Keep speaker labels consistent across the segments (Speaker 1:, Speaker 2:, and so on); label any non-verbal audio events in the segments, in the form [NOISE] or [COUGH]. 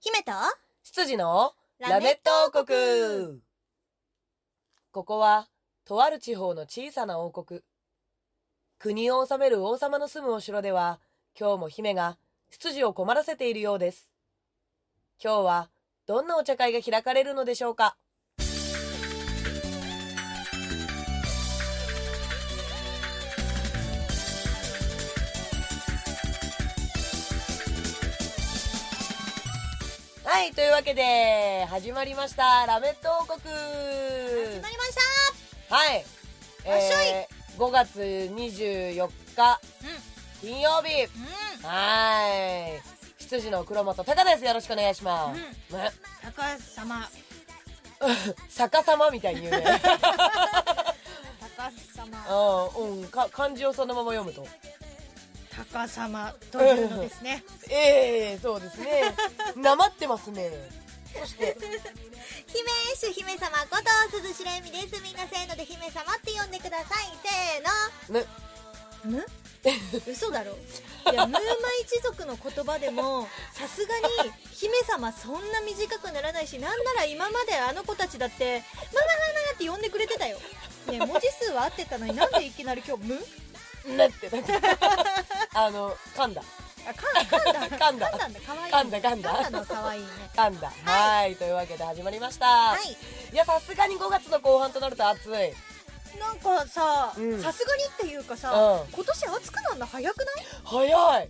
Speaker 1: 姫と
Speaker 2: 羊のラメット王国ここは、とある地方の小さな王国。国を治める王様の住むお城では、今日も姫が羊を困らせているようです。今日は、どんなお茶会が開かれるのでしょうかはい、というわけで、始まりました、ラメット王国
Speaker 1: 始まりまし
Speaker 2: はい。
Speaker 1: っしょい
Speaker 2: ー5月24日、金曜日。
Speaker 1: た
Speaker 2: はーい。羊の黒本隆です。よろしくお願いします。ね
Speaker 1: うん高様
Speaker 2: 逆さまみたいに言うね。
Speaker 1: [LAUGHS] 高様
Speaker 2: うん、うん、か、漢字をそのまま読むと。
Speaker 1: 高様というのですね
Speaker 2: ええそうですね。 [LAUGHS] なまってますね。そして、
Speaker 1: 姫主姫様こと鈴しれみですみんなせーので姫様って呼んでください
Speaker 2: ね、
Speaker 1: せーのむ嘘だろいやムーマ一族の言葉でもさすがに姫様そんな短くならないしなんなら今まであの子たちだって「ママママ」って呼んでくれてたよ、ね、文字数は合ってたのになんでいきなり今日「む」
Speaker 2: なって、
Speaker 1: [LAUGHS]
Speaker 2: なんかあの、噛んだ。
Speaker 1: あかん [LAUGHS] かん
Speaker 2: [LAUGHS]
Speaker 1: だ
Speaker 2: 噛んだ
Speaker 1: かんだかわいい
Speaker 2: 噛んだ噛んだ
Speaker 1: かんだのかわいいね
Speaker 2: 噛んだ。はーい。というわけで始まりました。、
Speaker 1: はいい
Speaker 2: や、さすがに5月の後半となると暑い。
Speaker 1: なんかさ
Speaker 2: うん
Speaker 1: さすがにっていうかさ、
Speaker 2: うん
Speaker 1: 今年暑くなんだ早くない
Speaker 2: 早
Speaker 1: こ
Speaker 2: い。
Speaker 1: れこのまんま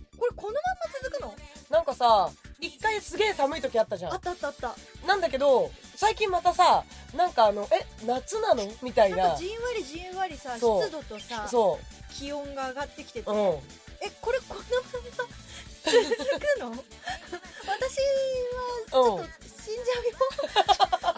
Speaker 1: 続くの
Speaker 2: なんかさ、一回すげえ寒い時あったじゃ
Speaker 1: あっ
Speaker 2: ん。
Speaker 1: たあったあった
Speaker 2: なんだけど、最近またさ、なんかあの、え、夏なのみたい
Speaker 1: なん
Speaker 2: な
Speaker 1: か。じんわりじんわりさ湿
Speaker 2: そう
Speaker 1: 度とさ
Speaker 2: そ
Speaker 1: 気温が上がってきてて
Speaker 2: う。うん。
Speaker 1: えこれこのまま続く
Speaker 2: [LAUGHS]
Speaker 1: の私はちょっ
Speaker 2: う
Speaker 1: と
Speaker 2: ん
Speaker 1: 死んじ
Speaker 2: [LAUGHS]
Speaker 1: ゃうよこのまん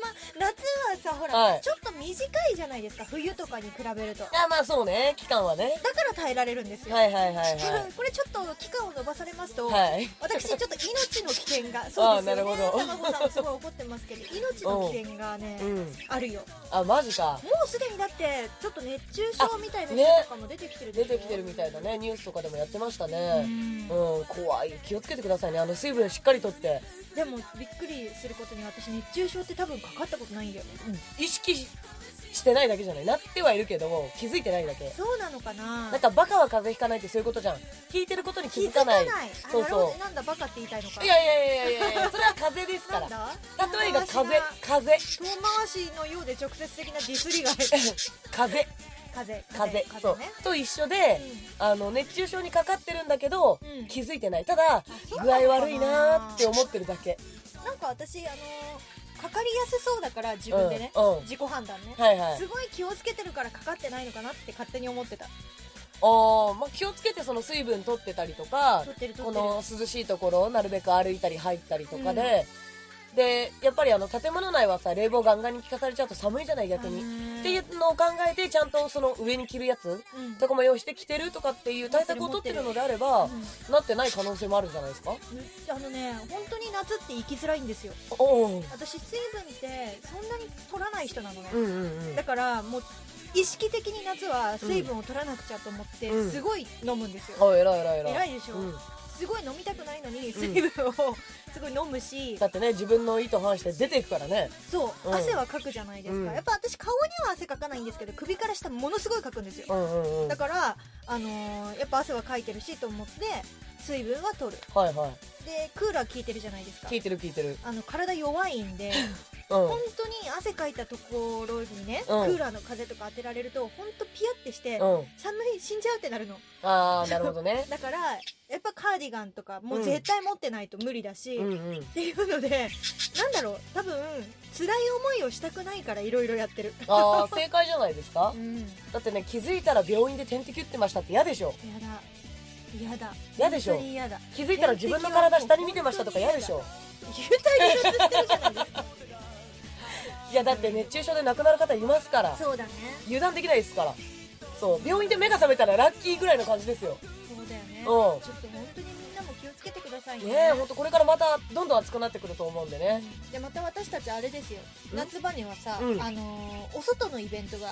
Speaker 1: ま夏はさほら、
Speaker 2: はい
Speaker 1: ちょっと短いじゃないですか冬とかに比べるとだ
Speaker 2: あまあそうね期間はね
Speaker 1: から耐えられるんですよ、
Speaker 2: はいはいはいは
Speaker 1: [LAUGHS] これちょっと期間を延ばされますと、
Speaker 2: いはい
Speaker 1: 私ちょっと命の危険
Speaker 2: [LAUGHS]
Speaker 1: がそうですよね
Speaker 2: なるほど
Speaker 1: 玉子さんもすごい怒ってます
Speaker 2: [LAUGHS]
Speaker 1: けど命の危険がね、
Speaker 2: うん
Speaker 1: あるよ
Speaker 2: あマジか
Speaker 1: もうすでにだってちょっと熱中症みたいな人とかも出てきてるでし
Speaker 2: 出
Speaker 1: ょ
Speaker 2: てきてるみたいだねニュースとかでもやってました
Speaker 1: う
Speaker 2: ね
Speaker 1: ん
Speaker 2: うん怖い気をつけてくださいねあの水分しっかりとって
Speaker 1: でもびっくりすることに私熱中症って多分かかったことないんだよね
Speaker 2: 意識してないだけじゃないなってはいるけども気づいてないだけ
Speaker 1: そうなのかな
Speaker 2: なんかバカは風邪ひかないってそういうことじゃん聞いてることに気づかない
Speaker 1: 気づかないあ
Speaker 2: そう
Speaker 1: なるほ
Speaker 2: そ
Speaker 1: どなんだバカって言いたいのか
Speaker 2: ういやいやいやいやいやそれは風邪です
Speaker 1: な
Speaker 2: から
Speaker 1: んだ
Speaker 2: 例えが風
Speaker 1: 遠
Speaker 2: 風
Speaker 1: 回しのようで直接的なディスりが入る
Speaker 2: [LAUGHS] 風
Speaker 1: 風
Speaker 2: 風そ
Speaker 1: 風
Speaker 2: う
Speaker 1: ね
Speaker 2: と一緒であの熱中症にかかってるんだけど、
Speaker 1: うん
Speaker 2: 気づいてないただ
Speaker 1: そう
Speaker 2: 具
Speaker 1: なのかな
Speaker 2: 合悪いなーって思ってるだけ
Speaker 1: なんか私あのーかかりやすそうだから自分でね、
Speaker 2: うんうん
Speaker 1: 自己判断ね、
Speaker 2: はいはい
Speaker 1: すごい気をつけてるからかかってないのかなって勝手に思ってた
Speaker 2: おー、まあ、気をつけてその水分取ってたりとか
Speaker 1: 取ってる取
Speaker 2: こ
Speaker 1: ってる、
Speaker 2: の涼しいところをなるべく歩いたり入ったりとかで、でやっぱりあの建物内はさ冷房ガンガンに効かされちゃうと寒いじゃない逆に、っていううのを考えてちゃんとその上に着るやつ
Speaker 1: うん
Speaker 2: とかも用意して着てるとかっていう対策を取ってるのであれば、
Speaker 1: うん
Speaker 2: なってない可能性もあるんじゃないですか
Speaker 1: あのね本当に夏って行きづらいんですよ
Speaker 2: おうん
Speaker 1: 私水分ってそんなに取らない人なのね、
Speaker 2: うんうん
Speaker 1: だからもう意識的に夏は水分を取らなくちゃと思って、
Speaker 2: うん
Speaker 1: すごい飲むんですよ、
Speaker 2: あ偉い偉い偉い
Speaker 1: 偉いでしょ
Speaker 2: うん
Speaker 1: すごい飲みたくないのに水分を [LAUGHS] すごい飲むし、
Speaker 2: だってね自分の意図反して出ていくからね
Speaker 1: そう、
Speaker 2: うん
Speaker 1: 汗はかくじゃないですか、
Speaker 2: うん
Speaker 1: やっぱ私顔には汗かかないんですけど首から下ものすごいかくんですよ、
Speaker 2: うんうんうん
Speaker 1: だから、あのーやっぱ汗はかいてるしと思って水分は取る
Speaker 2: はいはい
Speaker 1: でクーラー効いてるじゃないですか
Speaker 2: 聞いてる聞いてる
Speaker 1: あの体弱いんで
Speaker 2: うん
Speaker 1: 本当に汗かいたところにね、
Speaker 2: うん
Speaker 1: クーラーの風とか当てられると本当ピヤってして、
Speaker 2: うん
Speaker 1: 寒い死んじゃうってなるの
Speaker 2: ああなるほど [LAUGHS] ね
Speaker 1: だからやっぱカーディガンとかもう絶対持ってないと無理だし、
Speaker 2: うん
Speaker 1: っ
Speaker 2: うん
Speaker 1: ていうのでなんだろう多分辛い思いをしたくないからいろいろやってる
Speaker 2: ああ正解じゃないですか
Speaker 1: うん、や
Speaker 2: だってね気づいたら病院で点滴打ってましたって嫌でしょ
Speaker 1: だ嫌だ
Speaker 2: 嫌でしょ
Speaker 1: 本当に嫌だ
Speaker 2: 気づいたら自分の体下に見てましたとか嫌でしょ
Speaker 1: 幽体離脱してるじゃないです
Speaker 2: [LAUGHS]
Speaker 1: か
Speaker 2: いやだって熱中症で亡くなる方いますから
Speaker 1: そうだね
Speaker 2: 油断できないですからそう病院で目が覚めたらラッキーぐらいの感じですよ
Speaker 1: そうだよね
Speaker 2: うん
Speaker 1: ちょっと本当にみんなも気をつけてくださいね
Speaker 2: ねえほんとこれからまたどんどん暑くなってくると思うんでね
Speaker 1: でまた私たちあれですよ
Speaker 2: ん
Speaker 1: 夏場にはさ、
Speaker 2: うん
Speaker 1: あのーお外のイベントが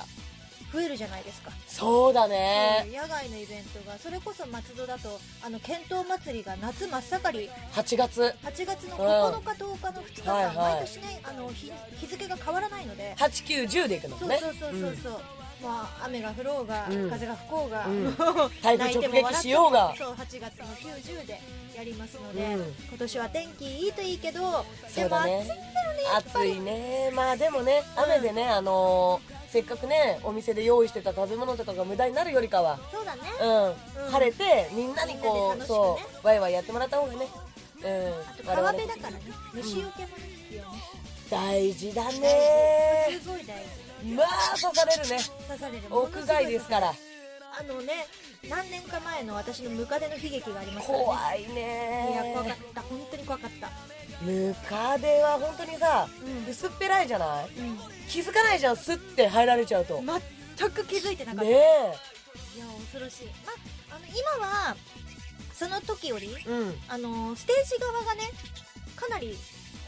Speaker 1: 増えるじゃないですか、
Speaker 2: そうだ
Speaker 1: そう
Speaker 2: ね。
Speaker 1: いう野外のイベントがそれこそ松戸だとあの剣闘祭りが夏真っ盛り
Speaker 2: 8月。
Speaker 1: 8月の
Speaker 2: うん
Speaker 1: 9日10日の2日間、
Speaker 2: はいはい
Speaker 1: 毎年ねあの日日付が変わらないので、
Speaker 2: 8、9、10で行く
Speaker 1: そ
Speaker 2: の
Speaker 1: う
Speaker 2: ね。
Speaker 1: そうそうそうそう、まあ雨が降ろうが、
Speaker 2: うん
Speaker 1: 風が吹こうが、
Speaker 2: うん
Speaker 1: もう
Speaker 2: 台風
Speaker 1: 泣いても
Speaker 2: 直撃
Speaker 1: 笑っても
Speaker 2: しようが
Speaker 1: そう8月の9、10でやりますので、
Speaker 2: うん
Speaker 1: 今年は天気いいといいけど、
Speaker 2: そ
Speaker 1: で
Speaker 2: う
Speaker 1: も
Speaker 2: だ
Speaker 1: 暑い
Speaker 2: ね
Speaker 1: んだよねやっぱ
Speaker 2: 暑
Speaker 1: り
Speaker 2: いねまあでもね
Speaker 1: うん
Speaker 2: 雨でね、あのーせっかくねお店で用意してた食べ物とかが無駄になるよりかは
Speaker 1: そうだね、
Speaker 2: うん、
Speaker 1: うん
Speaker 2: 晴れてみんなにこ
Speaker 1: み
Speaker 2: う
Speaker 1: んなで楽しくね
Speaker 2: そうワイワイやってもらった方がね
Speaker 1: あ
Speaker 2: う
Speaker 1: と
Speaker 2: ん
Speaker 1: 川
Speaker 2: 我々
Speaker 1: 辺だからね虫よけもね必要ね
Speaker 2: 大事だね
Speaker 1: すごい大事
Speaker 2: まあ刺されるね
Speaker 1: 刺される
Speaker 2: 屋外ですからら
Speaker 1: あのね何年か前の私のムカデの悲劇がありますから、ね、
Speaker 2: 怖い
Speaker 1: いや怖かっ
Speaker 2: ね
Speaker 1: た本当に怖かった
Speaker 2: ムカデは本当にさ
Speaker 1: うん
Speaker 2: 薄っぺらいじゃない
Speaker 1: うん
Speaker 2: 気づかないじゃんスッて入られちゃうとね
Speaker 1: 全く気づいてなかった、
Speaker 2: え
Speaker 1: いや恐ろしい、まあ、あの今はその時より
Speaker 2: うん
Speaker 1: あのステージ側がねかなり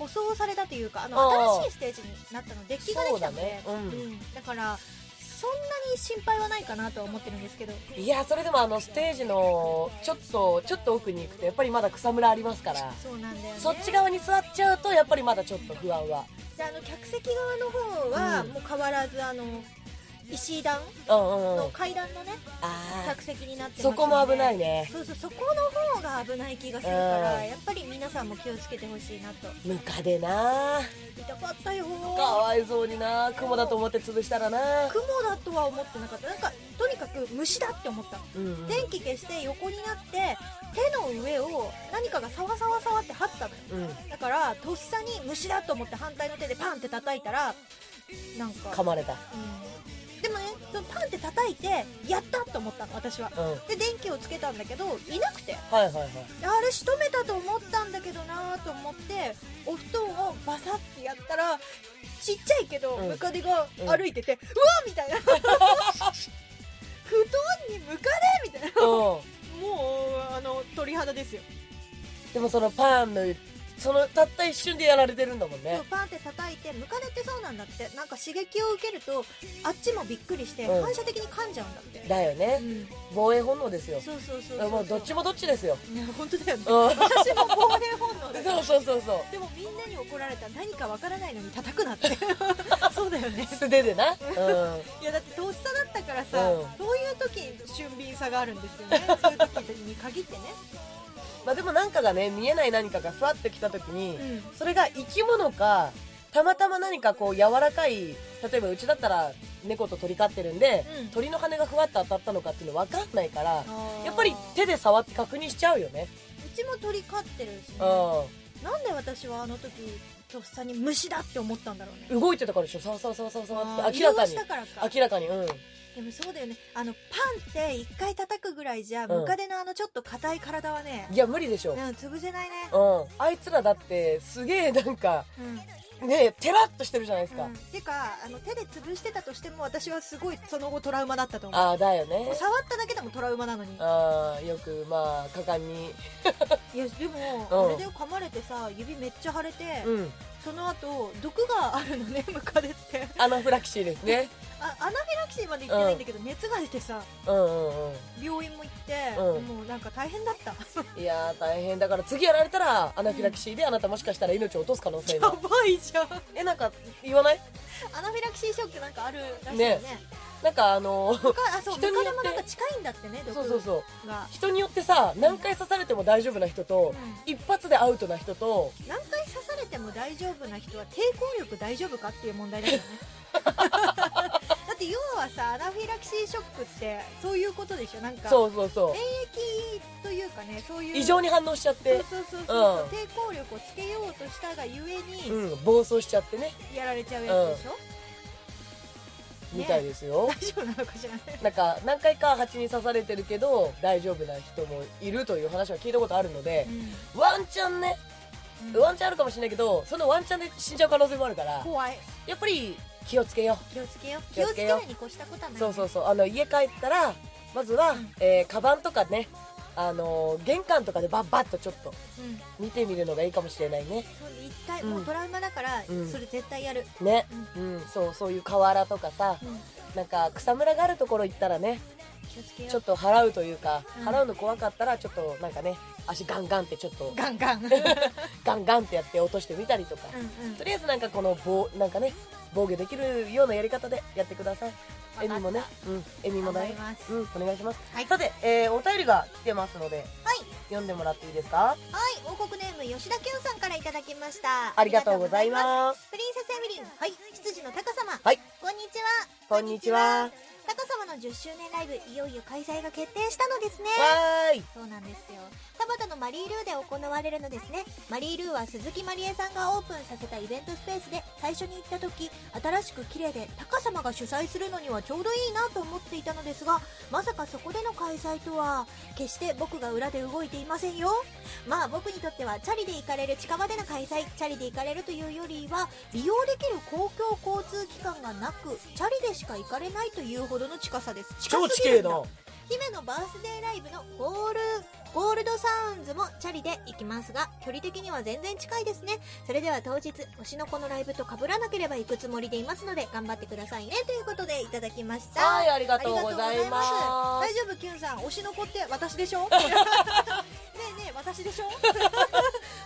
Speaker 1: 舗装されたというかあの
Speaker 2: ああ
Speaker 1: 新しいステージになったのデッキができたので
Speaker 2: そうだねうん
Speaker 1: だからそんなに心配はないかなとは思ってるんですけど
Speaker 2: いやそれでもあのステージのちょっとちょっと奥に行くとやっぱりまだ草むらありますから
Speaker 1: そうなんだよね
Speaker 2: そっち側に座っちゃうとやっぱりまだちょっと不安は
Speaker 1: であの客席側の方は、
Speaker 2: うん
Speaker 1: もう変わらずあの石段
Speaker 2: うんうんう
Speaker 1: の
Speaker 2: ん
Speaker 1: 階段のね、
Speaker 2: あ
Speaker 1: 客席になってますの
Speaker 2: そ
Speaker 1: で
Speaker 2: こも危ないね
Speaker 1: そうそうそこの方が危ない気がするから、
Speaker 2: うん
Speaker 1: やっぱり皆さんも気をつけてほしいなと
Speaker 2: ムカデな
Speaker 1: 痛かったよ
Speaker 2: かわいそうにな雲だと思って潰したらな
Speaker 1: 雲だとは思ってなかったなんかとにかく虫だって思った
Speaker 2: うんうん
Speaker 1: 電気消して横になって手の上を何かがサワサワサワって張ったのよ
Speaker 2: うん
Speaker 1: だからとっさに虫だと思って反対の手でパンって叩いたらなんか
Speaker 2: 噛まれた
Speaker 1: うんでもねそのパンって叩いてやったと思ったの私は
Speaker 2: うんはい
Speaker 1: で電気をつけたんだけどいなくて
Speaker 2: はいはい
Speaker 1: あれ仕留めたと思ったんだけどなと思ってお布団をバサッてやったらちっちゃいけど、
Speaker 2: うん
Speaker 1: ムカデが
Speaker 2: うん
Speaker 1: 歩いてて、うわみたいな布団にムカデみたいな
Speaker 2: う
Speaker 1: もうあの鳥肌ですよ、
Speaker 2: んでもそのパンのそのたった一瞬でやられてるんだもんね
Speaker 1: そうパンって叩いてムカデってそうなんだってなんか刺激を受けるとあっちもびっくりして、
Speaker 2: うん
Speaker 1: 反射的に噛んじゃうんだって、
Speaker 2: だよね
Speaker 1: うん
Speaker 2: 防衛本能ですよ
Speaker 1: そうそうそうそう
Speaker 2: もうどっちもどっちですよ
Speaker 1: ね本当だよね
Speaker 2: うん [LAUGHS]
Speaker 1: 私も防衛本能だよ
Speaker 2: そうそうそうそう
Speaker 1: でもみんなに怒られた何かわからないのに叩くなって [LAUGHS] そうだよね
Speaker 2: 素手でなうん
Speaker 1: いやだってとっさだったからさ、
Speaker 2: うん
Speaker 1: そういう時俊敏さがあるんですよ [LAUGHS] ねそういう時に限ってね
Speaker 2: まあ、でもなんかがね見えない何かがふわってきた時に、
Speaker 1: う
Speaker 2: それが生き物かたまたま何かこう柔らかい例えばうちだったら猫と鳥飼ってるんで、
Speaker 1: うん
Speaker 2: 鳥の羽がふわって当たったのかっていうの分かんないから
Speaker 1: あー
Speaker 2: やっぱり手で触って確認しちゃうよね、
Speaker 1: うちも鳥飼ってるし、ね、なんで私はあの時とっさに虫だって思ったんだろうね
Speaker 2: うん動いてたからでしょそうそうそうそうそう
Speaker 1: あ
Speaker 2: っ
Speaker 1: ー
Speaker 2: て明らか
Speaker 1: 移
Speaker 2: に
Speaker 1: 動したからか
Speaker 2: 明らかにうん
Speaker 1: でもそうだよねあのパンって一回叩くぐらいじゃ、
Speaker 2: うん
Speaker 1: ムカデのあのちょっと硬い体はね
Speaker 2: いや無理でしょ、
Speaker 1: うん潰せないね
Speaker 2: うん、あいつらだってすげえなんか
Speaker 1: うん
Speaker 2: ねテラッとしてるじゃないですか、
Speaker 1: うん、てかあの手で潰してたとしても私はすごいその後トラウマだったと思う
Speaker 2: ああだよね
Speaker 1: もう触っただけでもトラウマなのに
Speaker 2: ああよくまあ果敢に
Speaker 1: いやでも、
Speaker 2: うん
Speaker 1: あれで噛まれてさ指めっちゃ腫れて、
Speaker 2: うん
Speaker 1: その後毒があるのね [LAUGHS] ムカデって
Speaker 2: アナフラキシーですね
Speaker 1: あアナフィラキシーまで行ってないんだけど、熱が出てさ
Speaker 2: うんうんうん
Speaker 1: 病院も行って、
Speaker 2: うん
Speaker 1: もうなんか大変だった
Speaker 2: いやー大変だから次やられたらアナフィラキシーであなたもしかしたら命を落とす可能性
Speaker 1: やば
Speaker 2: が
Speaker 1: いじゃん
Speaker 2: えなんか言わない
Speaker 1: アナフィラキシーショックなんかあるらしいよね
Speaker 2: ねなんかあのー
Speaker 1: ムカあそうム
Speaker 2: 人によ
Speaker 1: カデも
Speaker 2: って
Speaker 1: なんか近いんだってね毒が
Speaker 2: そうそうそう人によってさ何回刺されても大丈夫な人と
Speaker 1: う
Speaker 2: 一発でアウトな人と
Speaker 1: 何回刺されても大丈夫な人は抵抗力大丈夫かっていう問題
Speaker 2: [LAUGHS]
Speaker 1: だよねだって要はさアナフィラキシーショックってそういうことでしょなんか
Speaker 2: そうそうそ
Speaker 1: 免疫というかねそういう
Speaker 2: う異常に反応しちゃっ
Speaker 1: そう
Speaker 2: て
Speaker 1: そうそうそう、
Speaker 2: うん
Speaker 1: 抵抗力をつけようとしたがゆえ
Speaker 2: う
Speaker 1: に
Speaker 2: ん暴走しちゃってね
Speaker 1: やられちゃうやつでしょ、
Speaker 2: みたいです
Speaker 1: 大
Speaker 2: よ
Speaker 1: 丈夫なのかしらね
Speaker 2: [LAUGHS] なんか何回か蜂に刺されてるけど大丈夫な人もいるという話は聞いたことあるのでワンチャンね
Speaker 1: うんうん
Speaker 2: ワンチャンあるかもしれないけどそのワンチャンで死んじゃう可能性もあるから
Speaker 1: 怖い
Speaker 2: やっぱり気をつけよう
Speaker 1: 気をつけよう気
Speaker 2: 気
Speaker 1: を
Speaker 2: を
Speaker 1: つ
Speaker 2: つ
Speaker 1: け
Speaker 2: け
Speaker 1: る
Speaker 2: よう
Speaker 1: に越したことはない、ね、
Speaker 2: そうそうそうあの家帰ったらまずは、
Speaker 1: うん
Speaker 2: えーカバンとかねあのー玄関とかでバッバッとちょっと
Speaker 1: うん、
Speaker 2: 見てみるのがいいかもしれないね
Speaker 1: そう一回
Speaker 2: うん
Speaker 1: もうトラウマだから、
Speaker 2: うん
Speaker 1: それ絶対やる
Speaker 2: ねうん、そうそういう瓦とかさ
Speaker 1: うん、
Speaker 2: なんか草むらがあるところ行ったらね
Speaker 1: 気をつけよう
Speaker 2: ちょっと払うというか、
Speaker 1: うん
Speaker 2: 払うの怖かったらちょっとなんかね足ガンガンってちょっと
Speaker 1: ガンガンうん
Speaker 2: ガンガンってやって落としてみたりとか、とりあえずなんかこの棒なんかね防御できるようなやり方でやってください
Speaker 1: うん
Speaker 2: エミもねうんエミも
Speaker 1: 頑張
Speaker 2: だよ
Speaker 1: ります
Speaker 2: うんお願いします、
Speaker 1: はい
Speaker 2: さて、えーお便りが来てますので
Speaker 1: はい
Speaker 2: 読んでもらっていいですか
Speaker 1: はい、王国ネーム吉田健さんからいただきました。
Speaker 2: ありがとうございます
Speaker 1: プリンセスエミリン、はい、羊のタカ様。
Speaker 2: はい、
Speaker 1: こんにちは。
Speaker 2: こんにちは。
Speaker 1: タカ様の10周年ライブ、いよいよ開催が決定したのですね。
Speaker 2: わーい
Speaker 1: そうなんですよ。田端のマリールーで行われるのですね。マリールーは鈴木まりえさんがオープンさせたイベントスペースで最初に行った時、新しく綺麗でタカ様が主催するのにはちょうどいいなと思っていたのですが、まさかそこでの開催とは、決して僕が裏で動いていませんよ。まあ僕にとってはチャリで行かれる近場での開催、チャリで行かれるというよりは、利用できる公共交通機関がなく、チャリでしか行かれないというほどの近さです。
Speaker 2: 超地
Speaker 1: すぎるん
Speaker 2: 形
Speaker 1: だ
Speaker 2: だ
Speaker 1: 姫のバースデーライブのゴール、ゴールドサウンズもチャリで行きますが、距離的には全然近いですね。それでは当日、推しの子のライブと被らなければ行くつもりでいますので、頑張ってくださいね。ということで、いただきました。
Speaker 2: はいあり
Speaker 1: あ
Speaker 2: がとうござ
Speaker 1: り
Speaker 2: います
Speaker 1: がとうございます大丈夫、キュンさん。推しの子って私でし
Speaker 2: [LAUGHS]
Speaker 1: ょねえねえ、私でしょ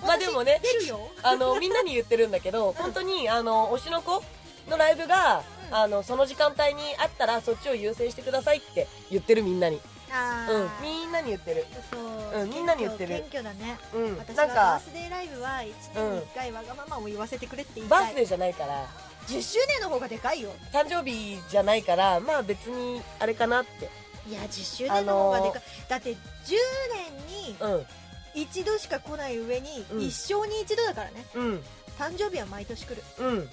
Speaker 2: まあでもね
Speaker 1: 私出るよ。
Speaker 2: あのみんなに言ってるんだけど本当にあの推しの子のライブ
Speaker 1: う
Speaker 2: が、
Speaker 1: ん
Speaker 2: あのその時間帯にあったらそっちを優先してくださいって言ってるみんなに、
Speaker 1: あ
Speaker 2: うん、
Speaker 1: ー
Speaker 2: みんなに言ってる、
Speaker 1: そう、
Speaker 2: うんみんなに言ってる
Speaker 1: 謙虚謙虚だね。
Speaker 2: うん、
Speaker 1: 私
Speaker 2: な
Speaker 1: はバ
Speaker 2: ん
Speaker 1: ー
Speaker 2: か
Speaker 1: スデーライブは1年に1回わがままを言わせてくれって言いたい。
Speaker 2: バースデーじゃないから
Speaker 1: 10周年の方がでかいよ
Speaker 2: 誕生日じゃないからまあ別にあれかなって
Speaker 1: いや10周年の方がでかい、だって10
Speaker 2: う
Speaker 1: 年に一度しか来ない上に、
Speaker 2: うん
Speaker 1: 一生に一度だからね
Speaker 2: んうん
Speaker 1: 誕生日は毎年来る
Speaker 2: うん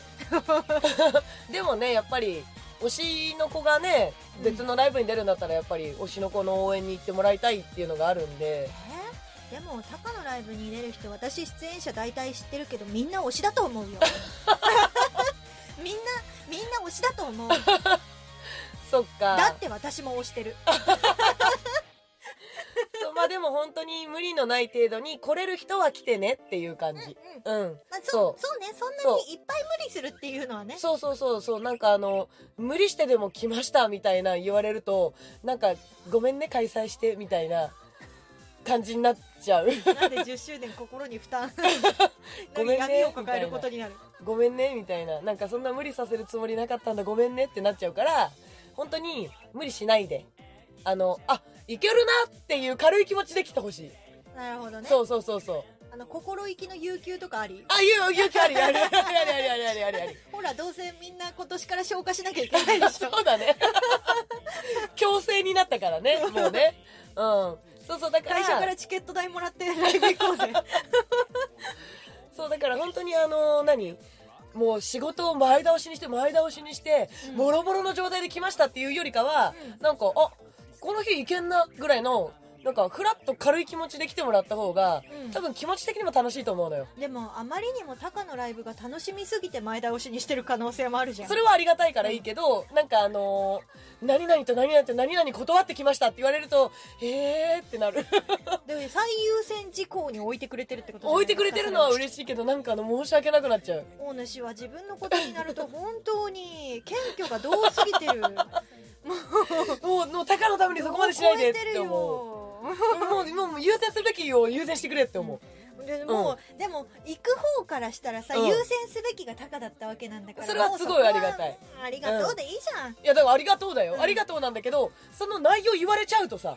Speaker 2: [LAUGHS] でもねやっぱり推しの子がね
Speaker 1: うん
Speaker 2: 別のライブに出るんだったらやっぱり推しの子の応援に行ってもらいたいっていうのがあるんで
Speaker 1: えでもタカのライブに出る人私出演者大体知ってるけどみんな推しだと思う
Speaker 2: [LAUGHS]
Speaker 1: よみんなみんな推しだと
Speaker 2: [LAUGHS]
Speaker 1: 思う
Speaker 2: そっか
Speaker 1: だって私も推してる
Speaker 2: そうまあでも本当に無理のない程度に来れる人は来てねっていう感
Speaker 1: うんうん
Speaker 2: じうん
Speaker 1: まあ、
Speaker 2: そ
Speaker 1: そううそうねそんな
Speaker 2: そう
Speaker 1: にいっぱい無理するっていうのはね
Speaker 2: そうそうそうそうなんかあの無理してでも来ましたみたいな言われるとなんかごめんね開催してみたいな感じになっちゃう
Speaker 1: なんで10周年心に負担
Speaker 2: [LAUGHS] ごめんね
Speaker 1: 闇を抱えることになる
Speaker 2: ごめんねみたいななんかそんな無理させるつもりなかったんだごめんねってなっちゃうから本当に無理しないであのあいけるなっていう軽い気持ちで来てほしい、
Speaker 1: なるほどね
Speaker 2: そうそうそうそう
Speaker 1: あの心意気の有給とかあり
Speaker 2: あいう勇気ありありありありありありありあり
Speaker 1: ほらどうせみんな今年から消化しなきゃいけないでし
Speaker 2: [LAUGHS] そ
Speaker 1: ょ
Speaker 2: うだね強制になったからねもうねうんそうそうだから
Speaker 1: 会社からチケット代もらってライブ行こうぜ
Speaker 2: そうだから本当にあの何もう仕事を前倒しにして前倒しにして、
Speaker 1: うん
Speaker 2: ボロボロの状態で来ましたっていうよりかは、
Speaker 1: う
Speaker 2: なんかあこの日いけんなぐらいのなんかフラッと軽い気持ちで来てもらった方が、
Speaker 1: うん
Speaker 2: 多分気持ち的にも楽しいと思うのよ
Speaker 1: でもあまりにもタカのライブが楽しみすぎて前倒しにしてる可能性もあるじゃん
Speaker 2: それはありがたいからいいけど、なんかあのー何々と何々と何々断ってきましたって言われるとへーって
Speaker 1: [LAUGHS]
Speaker 2: なる
Speaker 1: でも最優先事項に置いてくれてるってことじゃない
Speaker 2: 置いてくれてるのは嬉しいけどなんかあの申し訳なくなっち
Speaker 1: [LAUGHS]
Speaker 2: ゃう
Speaker 1: 大主は自分のことになると本当に謙虚がどうすぎて
Speaker 2: [LAUGHS]
Speaker 1: る
Speaker 2: もうもう高のためにそこまでしないでっ
Speaker 1: 超えて
Speaker 2: て
Speaker 1: る
Speaker 2: 思
Speaker 1: よ
Speaker 2: うもうもうもう優先すべきよ優先してくれって思
Speaker 1: でもう、でも行く方からしたらさ、
Speaker 2: うん
Speaker 1: 優先すべきがタカだったわけなんだから
Speaker 2: それはす
Speaker 1: も
Speaker 2: ごい
Speaker 1: うそこ
Speaker 2: ありがたい
Speaker 1: うんありがとうでいいじゃん、
Speaker 2: ういやだからありがとうだよ、
Speaker 1: うん
Speaker 2: ありがとうなんだけどその内容言われちゃうとさ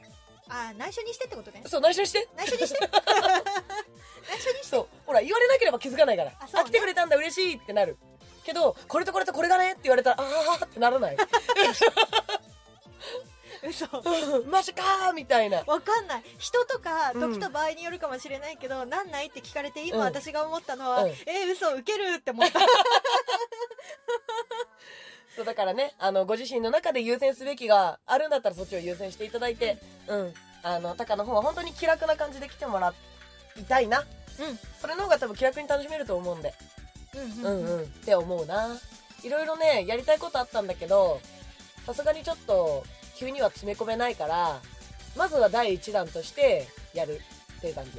Speaker 1: あ内緒にしてってことね
Speaker 2: そう内緒にして
Speaker 1: 内緒にして [LAUGHS] 内緒にして
Speaker 2: そうほら言われなければ気づかないから
Speaker 1: あそうね
Speaker 2: あ来てくれたんだ嬉しいってなるけどこれとこれとこれがねって言われたらあーってな
Speaker 1: [LAUGHS]
Speaker 2: らない
Speaker 1: 嘘
Speaker 2: うんマジかーみたいな
Speaker 1: わかんない人とか
Speaker 2: うん
Speaker 1: 時と場合によるかもしれないけど、なんないって聞かれて今
Speaker 2: うん
Speaker 1: 私が思ったのは、
Speaker 2: うん
Speaker 1: え嘘ウケるって思った
Speaker 2: そうだからねあのご自身の中で優先すべきがあるんだったらそっちを優先していただいてうんあのタカの方は本当に気楽な感じで来てもらいたいなそれの方が多分気楽に楽しめると思うんで、
Speaker 1: うん
Speaker 2: う、
Speaker 1: うんん
Speaker 2: うん
Speaker 1: うん
Speaker 2: って思うないろいろねやりたいことあったんだけどさすがにちょっと急には詰め込めないからまずは第一弾としてやるっていう感じ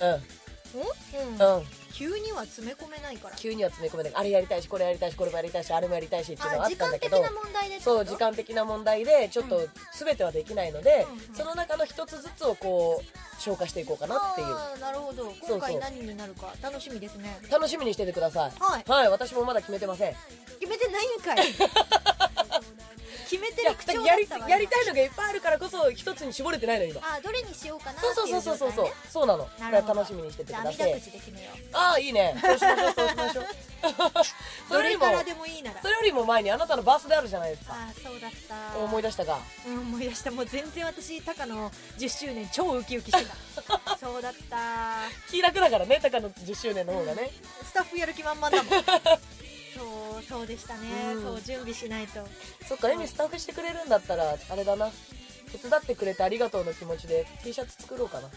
Speaker 1: うん
Speaker 2: うん
Speaker 1: うん、
Speaker 2: うん、
Speaker 1: 急には詰め込めないから
Speaker 2: 急には詰め込めないあれやりたいしこれやりたいしこれもやりたいしあれもやりたいしっていうのは
Speaker 1: あ
Speaker 2: あっ
Speaker 1: 時
Speaker 2: たん
Speaker 1: 間
Speaker 2: だけ
Speaker 1: 的
Speaker 2: ど
Speaker 1: な問題でってこ
Speaker 2: そう
Speaker 1: と
Speaker 2: 時間的な問題でちょっ
Speaker 1: う
Speaker 2: と全てはできないので、
Speaker 1: うんうん
Speaker 2: その中の一つずつをこう消化していこうかなっていう
Speaker 1: あーなるほど
Speaker 2: そう
Speaker 1: 今回何になるか楽しみですね
Speaker 2: 楽しみにしててください
Speaker 1: はい
Speaker 2: はい私もまだ決めてません
Speaker 1: 決めてないんか
Speaker 2: [LAUGHS]
Speaker 1: い決めてる口調だ
Speaker 2: や
Speaker 1: っ
Speaker 2: り
Speaker 1: たわ
Speaker 2: やりたいのがいっぱいあるからこそ一つに絞れてないの今
Speaker 1: あーどれにしようかなってい
Speaker 2: そううそうそうそうそ
Speaker 1: 状
Speaker 2: うそ
Speaker 1: 態
Speaker 2: う
Speaker 1: ね
Speaker 2: そうなの
Speaker 1: な
Speaker 2: だ
Speaker 1: るほ
Speaker 2: から
Speaker 1: ど
Speaker 2: 楽しみにしてて
Speaker 1: じ
Speaker 2: く
Speaker 1: ゃあ
Speaker 2: だ
Speaker 1: 網
Speaker 2: さ
Speaker 1: だ
Speaker 2: い
Speaker 1: くじで決めよう
Speaker 2: ああいいねそうしましょうそうしましょう
Speaker 1: [LAUGHS]
Speaker 2: そ
Speaker 1: どれ
Speaker 2: れよりも
Speaker 1: からでもいいなら
Speaker 2: それよりも前にあなたのバースデーあるじゃないですか
Speaker 1: ああそうだった
Speaker 2: 思い出したか
Speaker 1: うん思い出したもう全然私高野10周年超ウキウキして
Speaker 2: [LAUGHS]
Speaker 1: たそうだった
Speaker 2: 気楽だからね高野10周年の方がね
Speaker 1: スタッフやる気満々だもん
Speaker 2: [LAUGHS]
Speaker 1: そうそうでしたね、
Speaker 2: うん
Speaker 1: そう準備しないと
Speaker 2: そっかエミスタッフしてくれるんだったらあれだな手伝ってくれてありがとうの気持ちで T シャツ作ろうかな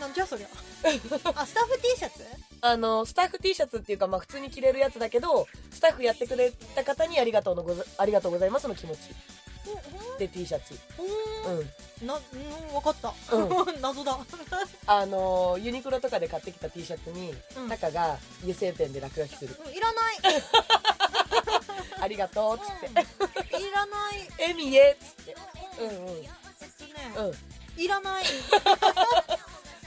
Speaker 1: なんじゃそ
Speaker 2: [LAUGHS]
Speaker 1: りゃあスタッフ T シャツ
Speaker 2: あのスタッフ T シャツっていうか、まあ、普通に着れるやつだけどスタッフやってくれた方にありがとうのござありがとうございますの気持ちで T シャツ
Speaker 1: うんうん
Speaker 2: うん
Speaker 1: なうん分かった、
Speaker 2: う
Speaker 1: [LAUGHS] 謎だ
Speaker 2: あのユニクロとかで買ってきた T シャツに、
Speaker 1: うん
Speaker 2: タカが油性ペンで落書きする
Speaker 1: うんいらない、
Speaker 2: [LAUGHS] 「ありがとう」っつって
Speaker 1: うんいらない
Speaker 2: 「エミへ」っつって
Speaker 1: う
Speaker 2: うんんうん
Speaker 1: えっとね、
Speaker 2: うん
Speaker 1: いらない、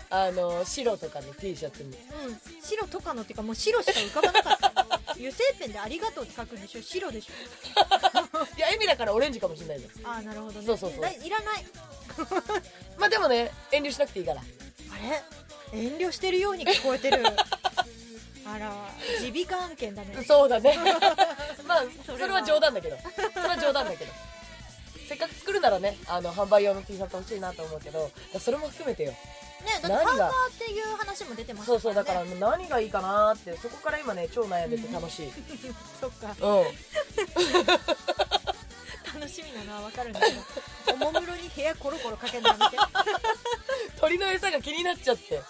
Speaker 2: あの白とかの T シャツに
Speaker 1: うん、白とかのっていうかもう白しか浮かばなかった油性ペンで「ありがとう」って書くんでしょ白でしょ
Speaker 2: いやエミだからオレンジかもしれないです
Speaker 1: ああなるほどね
Speaker 2: そうそうそう
Speaker 1: だいらない
Speaker 2: まあでもね遠慮しなくていいから
Speaker 1: あれ遠慮してるように聞こえてるあら耳鼻科案件だね
Speaker 2: そうだ [LAUGHS] ねまあ
Speaker 1: そ
Speaker 2: そ
Speaker 1: れは
Speaker 2: れは冗談だけどそれは冗談だけどせっかく作るならねあの販売用の T シャツ欲しいなと思うけどそれも含めてよ
Speaker 1: ねだってパ
Speaker 2: 何
Speaker 1: ーカ
Speaker 2: が
Speaker 1: ーっていう話も出てます
Speaker 2: そうそうだから
Speaker 1: ね、
Speaker 2: 何がいいかなーってそこから今ね超悩んでて楽しい、
Speaker 1: [LAUGHS] そっか
Speaker 2: うん、
Speaker 1: 楽しみなのは分かるんだけどおもむろに部屋コロコロかけるのやめて
Speaker 2: 鳥の餌が気になっちゃってと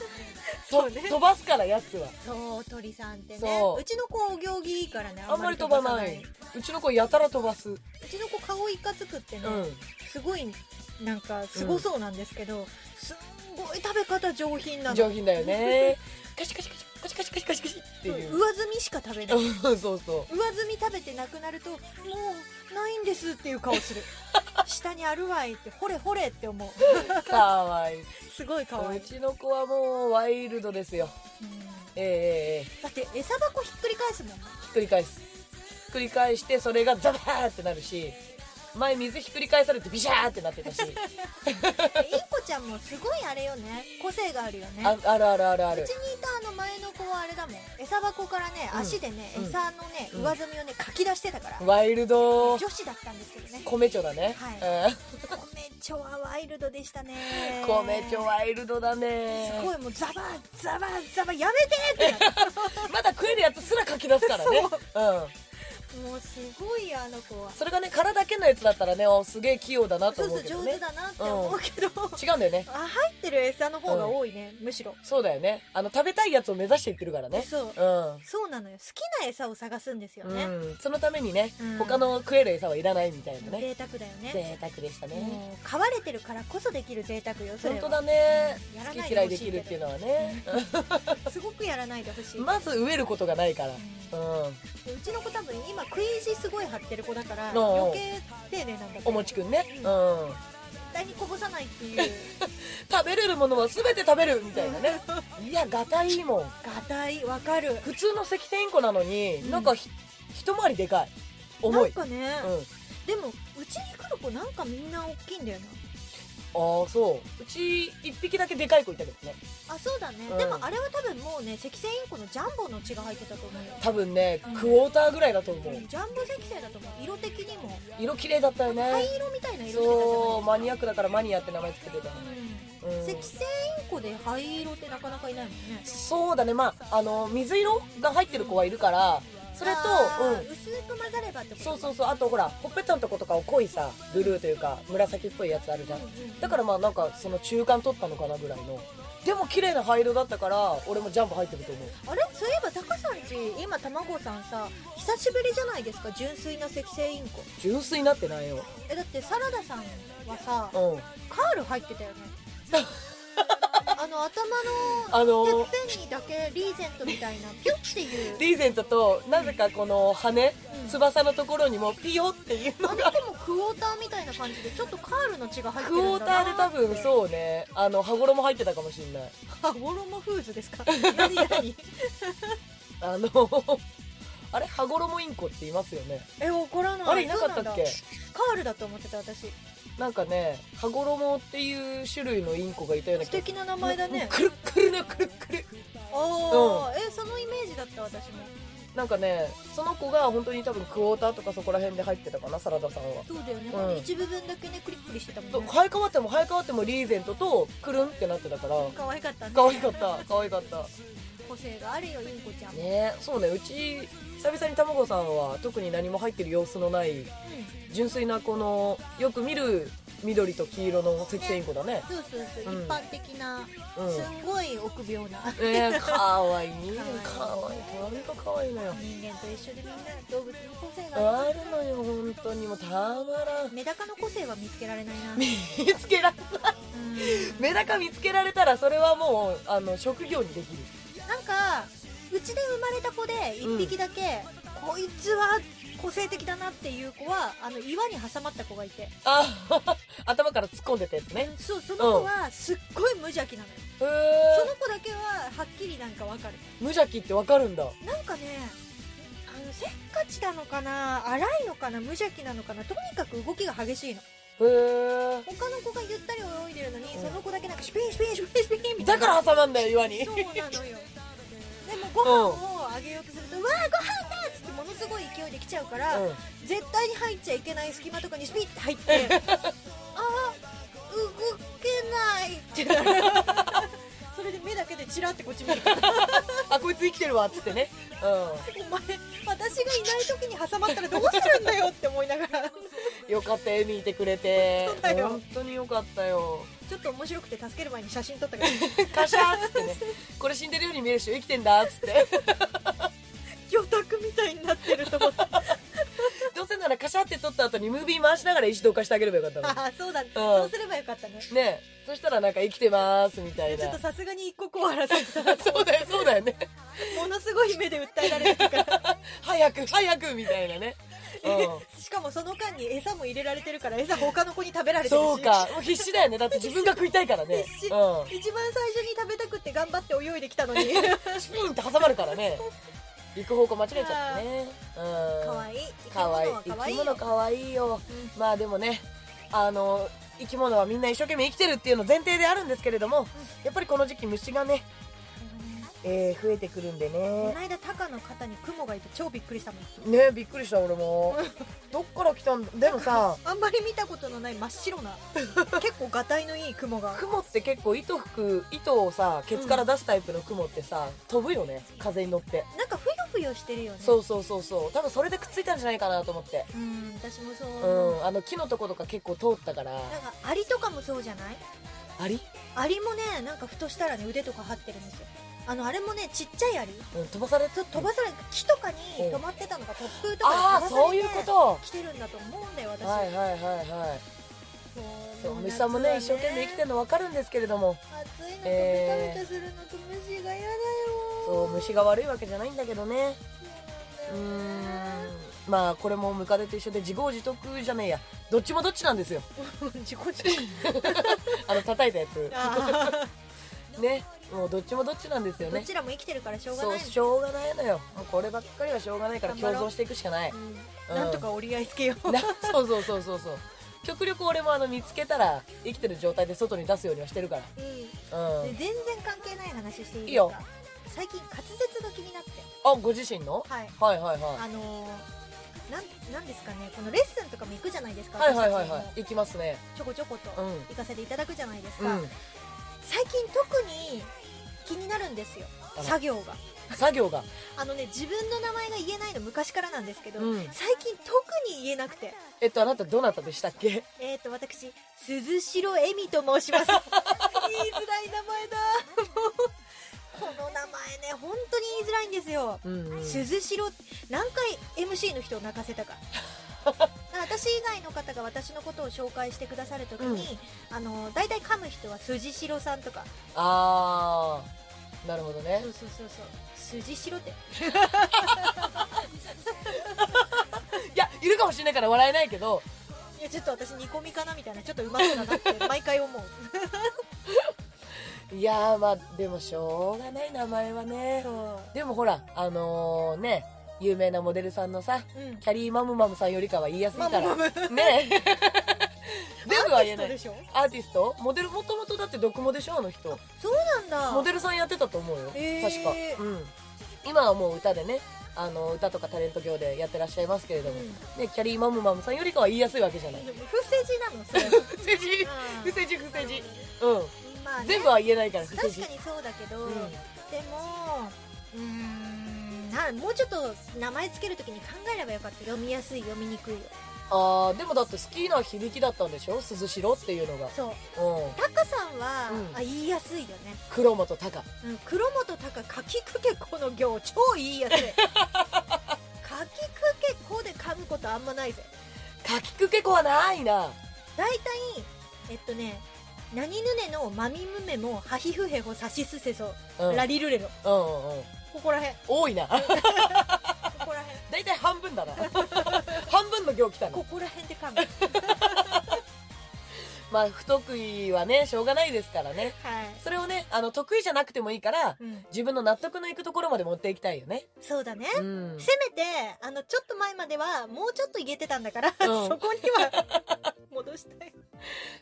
Speaker 1: そうね
Speaker 2: 飛ばすからやつは
Speaker 1: そう鳥さんってね
Speaker 2: そう
Speaker 1: うちの子お行儀いいからね
Speaker 2: あんまり飛ば
Speaker 1: さ
Speaker 2: ないうちの子やたら飛ばす、
Speaker 1: うちの子顔いかつくってね、
Speaker 2: うん
Speaker 1: すごいなんかすごそうなんですけど、すんごい食べ方上品なの
Speaker 2: 上品だよねカシカシカシカシカシカシカシカシって
Speaker 1: そう
Speaker 2: いう
Speaker 1: 上積みしか食べない
Speaker 2: うんそうそ
Speaker 1: 上積み食べてなくなるともうないんですっていう顔する
Speaker 2: [LAUGHS]
Speaker 1: 下にあるわいってほれほれって思う
Speaker 2: うかわいい
Speaker 1: すごい可愛いう
Speaker 2: ちの子はもうワイルドですよ
Speaker 1: うん
Speaker 2: えええええ
Speaker 1: だって餌箱ひっくり返すもん
Speaker 2: [LAUGHS]
Speaker 1: ね
Speaker 2: えひっくり返すひっくり返してそれがザバーってなるし前水ひっくり返されてビシャーってなってたし
Speaker 1: インコちゃんもすごいあれよね個性があるよね
Speaker 2: ああるあるあるあ
Speaker 1: う
Speaker 2: る
Speaker 1: ちにいたあの前の子はあれだもん餌箱からね
Speaker 2: うん
Speaker 1: 足でね、
Speaker 2: うん
Speaker 1: 餌のね
Speaker 2: うん
Speaker 1: 上積みをねかき出してたから、
Speaker 2: ワイルド
Speaker 1: 女子だったんですけどね
Speaker 2: 米町だね、
Speaker 1: は
Speaker 2: うん
Speaker 1: 米蝶はワイルドでしたね
Speaker 2: 米町ワイルドだね
Speaker 1: すごいもうザバーザバーザバーやめてってなった
Speaker 2: まだ食えるやつすら書き出すからね
Speaker 1: [LAUGHS]
Speaker 2: うん
Speaker 1: もうすごいよあの子は
Speaker 2: それがね殻だけのやつだったらねおすげえ器用だな
Speaker 1: そ
Speaker 2: と
Speaker 1: うそ
Speaker 2: 思
Speaker 1: う
Speaker 2: うけ
Speaker 1: 上
Speaker 2: ど
Speaker 1: 手
Speaker 2: ね
Speaker 1: だなって思うけど、
Speaker 2: 違うんだよね
Speaker 1: あ入ってる餌の方が多いね、むしろ
Speaker 2: そうだよねあの食べたいやつを目指していってるからね
Speaker 1: そう
Speaker 2: うん
Speaker 1: そうなのよ好きな餌を探すんですよね、
Speaker 2: うん、そのためにね、
Speaker 1: うん
Speaker 2: 他の食える餌はいらないみたいなね
Speaker 1: 贅沢だよね
Speaker 2: 贅沢でしたね、
Speaker 1: もう飼われてるからこそできる贅沢よそれ
Speaker 2: 本
Speaker 1: は
Speaker 2: 当だね
Speaker 1: うんやら
Speaker 2: 好
Speaker 1: ない
Speaker 2: き
Speaker 1: でほ
Speaker 2: 嫌い
Speaker 1: し
Speaker 2: で
Speaker 1: いけど
Speaker 2: きるっていうのはね、
Speaker 1: すごくやらないでほしい、
Speaker 2: まず飢えることがないから
Speaker 1: う
Speaker 2: うん
Speaker 1: んうちの子多分今食い意地すごい張ってる子だから
Speaker 2: うんうん
Speaker 1: 余計丁寧なんだけど
Speaker 2: おもちくんね、
Speaker 1: う
Speaker 2: うんん、
Speaker 1: 絶対にこぼさないっていう
Speaker 2: 食べれるものは全て食べるみたいな
Speaker 1: [LAUGHS]
Speaker 2: ね、いやがたいいもん
Speaker 1: がたいわかる
Speaker 2: 普通の赤線インコなのに、
Speaker 1: うん
Speaker 2: なんかひ一回りでかい
Speaker 1: な
Speaker 2: [LAUGHS] 重
Speaker 1: ん
Speaker 2: い、
Speaker 1: かね、
Speaker 2: うん、
Speaker 1: でもうちに来る子なんかみんな大きいんだよな
Speaker 2: ああそううち一匹だけでかい子いたけどね
Speaker 1: あそうだね、
Speaker 2: うん
Speaker 1: でもあれは多分もうね赤線インコのジャンボの血が入ってたと思うよ
Speaker 2: 多分ね、
Speaker 1: うん
Speaker 2: クォーターぐらいだと思う
Speaker 1: ジャンボ赤線だと思う色的にも
Speaker 2: 色綺麗だったよ
Speaker 1: 灰
Speaker 2: ね
Speaker 1: 色みたいな色してたじゃ
Speaker 2: そう
Speaker 1: な
Speaker 2: マニアックだからマニアって名前つけてた
Speaker 1: いです
Speaker 2: の
Speaker 1: か、
Speaker 2: う
Speaker 1: うん
Speaker 2: ん
Speaker 1: 赤線インコで灰色ってなかなかいないもんね
Speaker 2: そうだねまああの水色が入ってる子はいるからそれと
Speaker 1: あー
Speaker 2: うん
Speaker 1: 薄く混ざればってこと
Speaker 2: そうそうそうあとほらほっぺたのとことかを濃いさブルーというか紫っぽいやつあるじゃんだかららまあなんかその中間取ったのかなぐらいのでも綺麗な灰色だったから俺もジャンプ入ってると思う
Speaker 1: あれそういえばタカさんち今卵さんさ久しぶりじゃないですか純粋な赤線インコ
Speaker 2: 純粋になってないよ
Speaker 1: えだってサラダさんはさ
Speaker 2: うん
Speaker 1: [LAUGHS] カール入ってたよねあの頭の
Speaker 2: あの
Speaker 1: て
Speaker 2: ー
Speaker 1: っぺんにだけリーゼントみたいなピュッっていう
Speaker 2: リーゼントとなぜかこの羽
Speaker 1: うん
Speaker 2: 翼のところにもピヨっていうの
Speaker 1: あ [LAUGHS] れでもクォーターみたいな感じでちょっとカールの血が入って
Speaker 2: ク
Speaker 1: る
Speaker 2: ォ
Speaker 1: ん
Speaker 2: ー
Speaker 1: だ
Speaker 2: タ
Speaker 1: な
Speaker 2: ーで多分そうねあの羽衣入ってたかもしんない
Speaker 1: 羽衣フーズですか何何
Speaker 2: あの [LAUGHS] あれ羽衣インコって言いますよね
Speaker 1: [LAUGHS] え怒らない
Speaker 2: あれいなかった
Speaker 1: そ
Speaker 2: っけ
Speaker 1: うなんだカールだと思ってた私
Speaker 2: なんかね羽衣っていう種類のインコがいたような
Speaker 1: 素
Speaker 2: が
Speaker 1: 敵な名前だね
Speaker 2: くるっくるねくるっくる
Speaker 1: ああ、えそのイメージだった私も
Speaker 2: なんかねその子が本当に多分クォーターとかそこら辺で入ってたかなサラダさんは
Speaker 1: そうだよね、
Speaker 2: うん
Speaker 1: 一部分だけねクリップリしてたもん
Speaker 2: と
Speaker 1: ね
Speaker 2: 生え変わっても生え変わってもリーゼントとくるんってなってたから
Speaker 1: 可愛かったね
Speaker 2: 可愛かった可愛かった
Speaker 1: 個性があるよインコちゃん、
Speaker 2: ねそうねうち久々に卵さんは特に何も入ってる様子のない純粋なこのよく見る緑と黄色のセキセイインコだね
Speaker 1: うんそうそうそう、
Speaker 2: うん
Speaker 1: 一般的な
Speaker 2: うん
Speaker 1: すんごい臆病な、
Speaker 2: えー、かわいい
Speaker 1: か
Speaker 2: か
Speaker 1: わ
Speaker 2: わ
Speaker 1: い
Speaker 2: い
Speaker 1: い
Speaker 2: い隣がかわいいのよ
Speaker 1: 人間と一緒でみんな動物の個性が
Speaker 2: あるのよ本当にもうたまらん
Speaker 1: メダカの個性は見つけられないな、
Speaker 2: 見つけられ
Speaker 1: うん
Speaker 2: メダカ見つけられたらそれはもうあの職業にできる
Speaker 1: なんかうちで生まれた子で1匹だけ、こいつは個性的だなっていう子はあの岩に挟まった子がいて
Speaker 2: あ [LAUGHS] 頭から突っ込んでたやつね
Speaker 1: そうその子はすっごい無邪気なのよ、
Speaker 2: へ
Speaker 1: その
Speaker 2: え
Speaker 1: 子だけははっきりなんかわかる
Speaker 2: 無邪気ってわかるんだ
Speaker 1: なんかねあのせっかちなのかな荒いのかな無邪気なのかなとにかく動きが激しいの
Speaker 2: へえ
Speaker 1: 他の子がゆったり泳いでるのに、
Speaker 2: うん
Speaker 1: その子だけなんかシュピンシュピンシュピンシュピンみた
Speaker 2: だ
Speaker 1: いな
Speaker 2: から挟まんだよ岩に
Speaker 1: そうなのよでもご飯をあげようとすると「うわーご飯だ!」っつってものすごい勢いで来ちゃうから、
Speaker 2: うん
Speaker 1: 絶対に入っちゃいけない隙間とかにスピッて入って
Speaker 2: [LAUGHS]
Speaker 1: ああ動けないってなるそれで目だけでチラってこっち見るから
Speaker 2: あこいつ生きてるわっつってね
Speaker 1: お前私がいない時に挟まったらどうするんだよって思いながら
Speaker 2: うんよかったエミいてくれて
Speaker 1: 本当だよ
Speaker 2: 本当によかったよ
Speaker 1: ちょっと面白くて助ける前に写真撮った [LAUGHS] けど
Speaker 2: カシャーっつってねこれ死んでるように見えるし生きてんだっつ [LAUGHS] って
Speaker 1: 魚拓みたいになってると思って
Speaker 2: どうせならカシャって撮った後にムービー回しながら石どかしてあげればよかったの
Speaker 1: ああそうだ、そうすればよかったね
Speaker 2: にねえそしたらなんか生きてますみたい
Speaker 1: ちょっ
Speaker 2: な
Speaker 1: とさすがに一刻を争ってた
Speaker 2: [LAUGHS] そうだよそうだよね
Speaker 1: ものすごい目で訴えられてたから
Speaker 2: 早く早くみたい
Speaker 1: [LAUGHS]
Speaker 2: なね、う
Speaker 1: しかもその間に餌も入れられてるから餌他の子に食べられ
Speaker 2: ん、
Speaker 1: てるし
Speaker 2: そうかもう必死だよねだって自分が食いたいからね
Speaker 1: 必死一番
Speaker 2: う
Speaker 1: 最初に食べたくって頑張って泳いできたの [LAUGHS] に
Speaker 2: んスピンって挟まるからね行く方向間違えちゃったねうん
Speaker 1: かわいい
Speaker 2: かわいい
Speaker 1: 生き物はかわ
Speaker 2: 生
Speaker 1: い
Speaker 2: き
Speaker 1: いよ
Speaker 2: 物かわいいよまあでもねあの生き物はみんな一生懸命生きてるっていうの前提であるんですけれどもやっぱりこの時期虫がね、えー増えてくるんで
Speaker 1: こ
Speaker 2: ね
Speaker 1: の間タカの肩にクモがいて超びっくりしたもん
Speaker 2: ねびっくりした俺もどっから来たんだでもさ
Speaker 1: あんまり見たことのない真っ白な結構がたいのいいクモが
Speaker 2: 雲って結構糸吹く糸をさケツから出すタイプの雲ってさ、飛ぶよね風に乗って
Speaker 1: なんかふよふよしてるよね
Speaker 2: そうそうそうそう多分それでくっついたんじゃないかなと思って
Speaker 1: うん私もそう
Speaker 2: う
Speaker 1: 思う、
Speaker 2: ん、あの木のとことか結構通ったから
Speaker 1: なんかアリとかもそうじゃない
Speaker 2: アリ、
Speaker 1: アリもねなんかふとしたらね腕とか張ってるんですよあのあれもねちっちゃいアリ
Speaker 2: うん、飛ばされ
Speaker 1: そう飛ばされ木とかに止まってたのが突風とか
Speaker 2: あ
Speaker 1: に飛ばさ
Speaker 2: あそう
Speaker 1: れ
Speaker 2: い
Speaker 1: て
Speaker 2: うこと
Speaker 1: 来てるんだと思うんだよ私、
Speaker 2: はいはいはいはい
Speaker 1: そう
Speaker 2: そう
Speaker 1: もう
Speaker 2: 虫さんもね
Speaker 1: 夏
Speaker 2: 一生
Speaker 1: は
Speaker 2: 懸命生きてるの分かるんですけれども
Speaker 1: 暑いのとベタベ
Speaker 2: えー
Speaker 1: タするのと虫が嫌だよ
Speaker 2: そう虫が悪いわけじゃないんだけどねう
Speaker 1: そう
Speaker 2: ー
Speaker 1: なん
Speaker 2: ん
Speaker 1: だよね
Speaker 2: まあこれもムカデと一緒で自業自得じゃねえやどっちもどっちなんですよ
Speaker 1: 自己中
Speaker 2: あの叩いたやつ
Speaker 1: あ
Speaker 2: ねもうどっちもどっちなんですよ
Speaker 1: ーど
Speaker 2: ね
Speaker 1: ちらも生きてるからしょうが
Speaker 2: そ
Speaker 1: な
Speaker 2: う
Speaker 1: いの
Speaker 2: しょうがないのよもうこればっかりはしょうがないから
Speaker 1: 頑張ろ
Speaker 2: 共
Speaker 1: う
Speaker 2: 存していくし
Speaker 1: [LAUGHS]
Speaker 2: かない
Speaker 1: うんなんとか折り合いつけよう
Speaker 2: なそうそうそうそうそう極力俺もあの見つけたら生きてる状態で外に出すようにはしてるか
Speaker 1: うん
Speaker 2: らう
Speaker 1: で
Speaker 2: ん
Speaker 1: 全然関係ない話していいで
Speaker 2: いい
Speaker 1: す
Speaker 2: よ
Speaker 1: か最近滑舌が気になって
Speaker 2: あご自身の
Speaker 1: はい
Speaker 2: はいはいは
Speaker 1: あのーなんなんですかねこのレッスンとかも行くじゃないですか
Speaker 2: いはいはいはい
Speaker 1: 私たち
Speaker 2: は
Speaker 1: も
Speaker 2: い行きますね
Speaker 1: ちょこちょこと
Speaker 2: うん
Speaker 1: 行かせていただくじゃないです
Speaker 2: う
Speaker 1: か、
Speaker 2: ん
Speaker 1: 最近特に気になるんですよ
Speaker 2: あら
Speaker 1: 作業が
Speaker 2: 作業が
Speaker 1: あのね自分の名前が言えないの昔からなんですけど、
Speaker 2: うん
Speaker 1: 最近特に言えなくて
Speaker 2: えっとあなたどなたでしたっけ
Speaker 1: えっ、と私鈴代恵美と申し
Speaker 2: [LAUGHS]
Speaker 1: ます言いづらい名前だもうこの名前ね本当に言いづらいんですよ、
Speaker 2: うんうん
Speaker 1: 鈴代何回 MC の人を泣かせたかだから私以外の方が私のことを紹介してくださるときに、あの大体噛む人は筋白さんとか
Speaker 2: あーなるほどね
Speaker 1: そうそうそうそう筋白って
Speaker 2: いやいるかもしれないから笑えないけど
Speaker 1: いやちょっと私煮込みかなみたいなちょっとうまそうだな
Speaker 2: [LAUGHS]
Speaker 1: って毎回思う
Speaker 2: いやーまあでもしょうがない名前はね
Speaker 1: そ
Speaker 2: でもほらあのー、ね有名なモデルさんのさ
Speaker 1: ううん
Speaker 2: キャリーマムマムさんよりかは言いやすいから
Speaker 1: マムマ [LAUGHS]
Speaker 2: ね全部は言え
Speaker 1: アーティスト
Speaker 2: な
Speaker 1: で
Speaker 2: い
Speaker 1: しょ
Speaker 2: アーティストモデルもともとだって毒モでしょあの人
Speaker 1: そうなんだ
Speaker 2: モデルさんやってたと思うよ、
Speaker 1: へー
Speaker 2: 確か、うん、今はもう歌でねあの歌とかタレント業でやってらっしゃいますけれども、
Speaker 1: うん
Speaker 2: ね、キャリーマムマムさんよりかは言いやすいわけじゃない
Speaker 1: でも不正字なの
Speaker 2: [LAUGHS]
Speaker 1: それ
Speaker 2: 不正字
Speaker 1: うん
Speaker 2: 不正字不正字う
Speaker 1: まあね
Speaker 2: ん全部は言えないから不正
Speaker 1: 確
Speaker 2: 字
Speaker 1: かにそうだけど、
Speaker 2: うん
Speaker 1: でもうーんなもうちょっと名前つけるときに考えればよかった読みやすい読みにくいよ
Speaker 2: あーでもだって好きな響きだったんでしょ鈴代っていうのが
Speaker 1: そう
Speaker 2: うん
Speaker 1: タカさんは、
Speaker 2: うん
Speaker 1: あ言いやすいよね、
Speaker 2: 黒本鷹
Speaker 1: うん、黒本タカかきくけこの行超言い
Speaker 2: [LAUGHS]
Speaker 1: やすいかきくけこで噛むことあんまないぜ
Speaker 2: かきくけこはないな
Speaker 1: 大体えっとね何ぬねのまみむめもはひふへほさしすせそ、
Speaker 2: うんうんうん
Speaker 1: ラリルレロ
Speaker 2: うん
Speaker 1: ここらへんこ
Speaker 2: 多いな
Speaker 1: こらへん
Speaker 2: 大体半分だ [LAUGHS] な半分の行来たの
Speaker 1: ここらへんで噛む
Speaker 2: まあ不得意はねしょうがないですからね
Speaker 1: はい、
Speaker 2: それをねあの得意じゃなくてもいいから
Speaker 1: うん、
Speaker 2: 自分の納得のいくところまで持っていきたいよね
Speaker 1: そうだね、
Speaker 2: うん
Speaker 1: せめてあのちょっと前まではもうちょっと言えてたんだから、
Speaker 2: うん
Speaker 1: [LAUGHS] そこには戻したい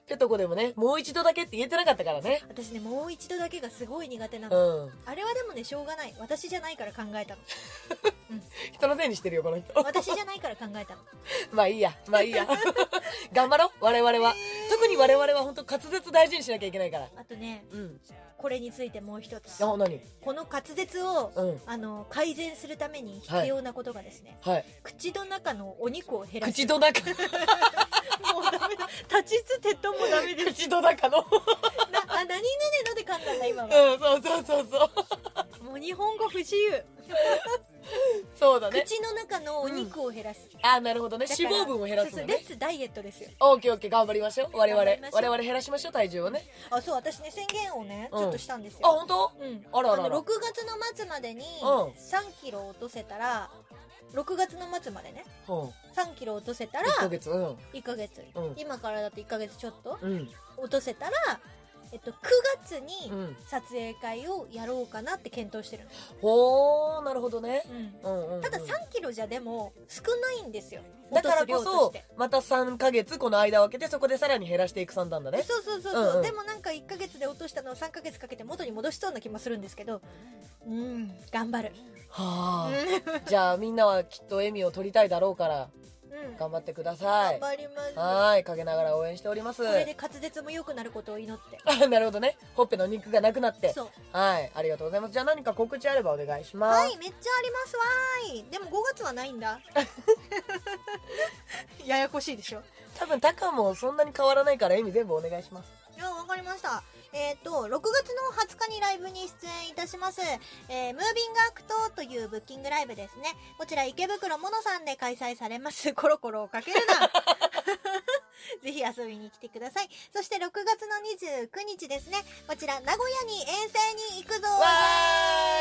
Speaker 2: ペトコでもねもう一度だけって言えてなかったからね
Speaker 1: 私ねもう一度だけがすごい苦手な
Speaker 2: う
Speaker 1: の、
Speaker 2: ん
Speaker 1: あれはでもねしょうがない私じゃないから考え
Speaker 2: [LAUGHS]
Speaker 1: たの
Speaker 2: 人のせいにしてるよこの人 [LAUGHS]
Speaker 1: 私じゃないから考えたの
Speaker 2: まあいいやまあいいや [LAUGHS] 頑張ろう我々は特に我々は本当滑舌大事にしなきゃいけないから
Speaker 1: あとね
Speaker 2: うん
Speaker 1: これについてもう一つ
Speaker 2: あ何
Speaker 1: この滑舌を、
Speaker 2: うん
Speaker 1: あの改善するために必要なことがですね、
Speaker 2: はい
Speaker 1: 口の中のお肉を減らす
Speaker 2: 口の [LAUGHS] 中
Speaker 1: もうダメだ立ちつてともダメです
Speaker 2: 口の中の
Speaker 1: な [LAUGHS] あ何ぬねので噛んだんだ今
Speaker 2: う
Speaker 1: は
Speaker 2: んそうそうそうそう
Speaker 1: もう日本語不自由
Speaker 2: そうだね
Speaker 1: 口の中のお肉を減らす、
Speaker 2: あなるほどね
Speaker 1: だから
Speaker 2: 脂肪分を減らす
Speaker 1: そうそ
Speaker 2: の
Speaker 1: うレ
Speaker 2: ね
Speaker 1: ッツダイエットですよ
Speaker 2: オッケーオッケー頑張りましょう我々
Speaker 1: 頑張りましょう
Speaker 2: 我々減らしましょう体重をね
Speaker 1: あそう私ね宣言をね
Speaker 2: うん
Speaker 1: ちょっとしたんです
Speaker 2: あ
Speaker 1: よ、
Speaker 2: 本当
Speaker 1: うん
Speaker 2: あらあらあら
Speaker 1: の6月の末までに
Speaker 2: うん
Speaker 1: 3キロ落とせたら6月の末までね
Speaker 2: うん
Speaker 1: 3キロ落とせたら
Speaker 2: 1ヶ月うん
Speaker 1: 1ヶ月、
Speaker 2: うん
Speaker 1: 今からだと1ヶ月ちょっと
Speaker 2: うん
Speaker 1: 落とせたら、えっと、9月に
Speaker 2: うん
Speaker 1: 撮影会をやろうかなって検討してる
Speaker 2: ほーなるほどね
Speaker 1: の、うん
Speaker 2: うんうんうん
Speaker 1: ただ3キロじゃでも少ないんですよ
Speaker 2: だからこ
Speaker 1: 落とす量と
Speaker 2: そ
Speaker 1: して
Speaker 2: また3ヶ月この間を空けてそこでさらに減らしていく算段だね
Speaker 1: そうそうそうそう、
Speaker 2: うんうん
Speaker 1: でもなんか1ヶ月で落としたのを3ヶ月かけて元に戻しそうな気もするんですけどうん頑張るう
Speaker 2: は
Speaker 1: ん、
Speaker 2: あじゃあみんなはきっと笑みを取りたいだろうから
Speaker 1: うん
Speaker 2: 頑張ってくださ
Speaker 1: 頑
Speaker 2: い
Speaker 1: 張ります
Speaker 2: はーい陰ながら応援しております
Speaker 1: これで滑舌も良くなることを祈って
Speaker 2: あ [LAUGHS] なるほどねほっぺの肉がなくなって
Speaker 1: そう
Speaker 2: はいありがとうございますじゃあ何か告知あればお願いします、
Speaker 1: はいめっちゃありますわーいでも5月はないん
Speaker 2: [LAUGHS]
Speaker 1: だややこしいでしょ
Speaker 2: 多分タカもそんなに変わらないから意味全部お願いします
Speaker 1: いや、わかりました。えっ、と、6月の20日にライブに出演いたします、えー、ムービングアクトというブッキングライブですね。こちら池袋モノさんで開催されます。 [LAUGHS] コロコロをかけるな。 [LAUGHS] ぜひ遊びに来てください。そして6月の29日ですね。こちら名古屋に遠征に行くぞ
Speaker 2: わ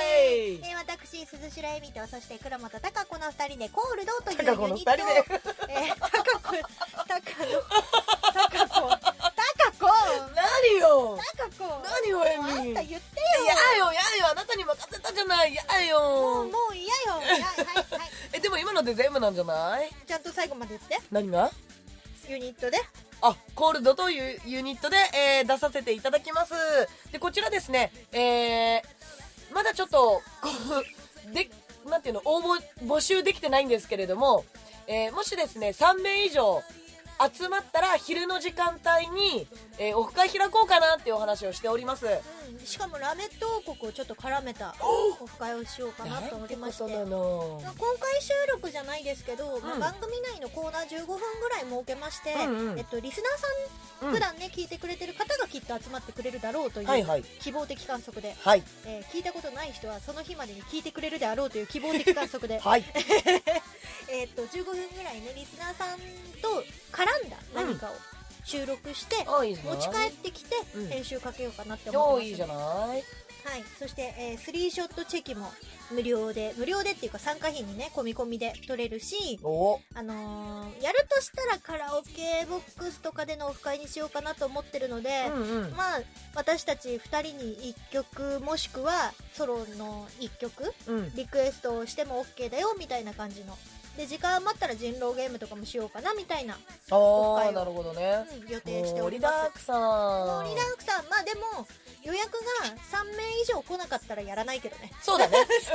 Speaker 2: ーい
Speaker 1: えー私、鈴代恵美と、そして黒本孝子の二人で、コールドという
Speaker 2: 孝子
Speaker 1: ユ
Speaker 2: の
Speaker 1: ニッ
Speaker 2: 二
Speaker 1: トを
Speaker 2: 人で、
Speaker 1: えー、孝子、
Speaker 2: [LAUGHS]
Speaker 1: 孝子、孝子、孝子
Speaker 2: 何よ
Speaker 1: なんかこう
Speaker 2: 何を
Speaker 1: もうあ
Speaker 2: エ
Speaker 1: ん
Speaker 2: ミ
Speaker 1: た言って
Speaker 2: 嫌よ嫌よあなたに任せたじゃない嫌
Speaker 1: もう
Speaker 2: よ
Speaker 1: もう嫌よはいはいはい [LAUGHS]
Speaker 2: えでも今ので全部なんじゃない
Speaker 1: ちゃんと最後まで言って
Speaker 2: 何が
Speaker 1: ユニットで
Speaker 2: あコールドというユニットで、えー出させていただきますでこちらですねえーまだちょっとこうでなんていうの応募募集できてないんですけれども、えーもしですね3名以上集まったら昼の時間帯に、えーオフ会開こうかなっていうお話をしております
Speaker 1: うんしかもラメット王国をちょっと絡めたオフ会をしようかなと思いまして
Speaker 2: なんてことなの
Speaker 1: まあ今回収録じゃないですけど、まあ
Speaker 2: うん
Speaker 1: 番組内のコーナー15分ぐらい設けまして、
Speaker 2: うんうん
Speaker 1: えっと、リスナーさ
Speaker 2: うん
Speaker 1: ん普段ね、聞いてくれてる方がきっと集まってくれるだろうとい
Speaker 2: はいは
Speaker 1: う
Speaker 2: い
Speaker 1: 希望的観測で、
Speaker 2: はい
Speaker 1: えー聞いたことない人はその日までに聞いてくれるであろうという希望的観測で
Speaker 2: はい
Speaker 1: えーっと15分ぐらいねリスナーさんと絡んだ何かを収録して、
Speaker 2: あいいじゃな
Speaker 1: 持
Speaker 2: い
Speaker 1: ち帰ってきて
Speaker 2: うん
Speaker 1: 編集かけようかなって思ってま
Speaker 2: 超
Speaker 1: す、
Speaker 2: いいじゃない
Speaker 1: はい、そして、えースリーショットチェキも無料で無料でっていうか参加費にね込み込みで取れるし
Speaker 2: お
Speaker 1: あのーやるとしたらカラオケボックスとかでのオフ会にしようかなと思ってるので、
Speaker 2: うんうん
Speaker 1: まあ私たち2人に1曲もしくはソロの1曲
Speaker 2: うん
Speaker 1: リクエストをしても OK だよみたいな感じので時間余ったら人狼ゲームとかもしようかなみたいな、オフ
Speaker 2: あ
Speaker 1: 会
Speaker 2: あ
Speaker 1: を
Speaker 2: なるほどね
Speaker 1: うん予定してお
Speaker 2: 盛
Speaker 1: り
Speaker 2: り
Speaker 1: ます
Speaker 2: だくさん
Speaker 1: 盛りだくさんまあでも予約が3名以上来なかったらやらないけどね
Speaker 2: そうだね [LAUGHS]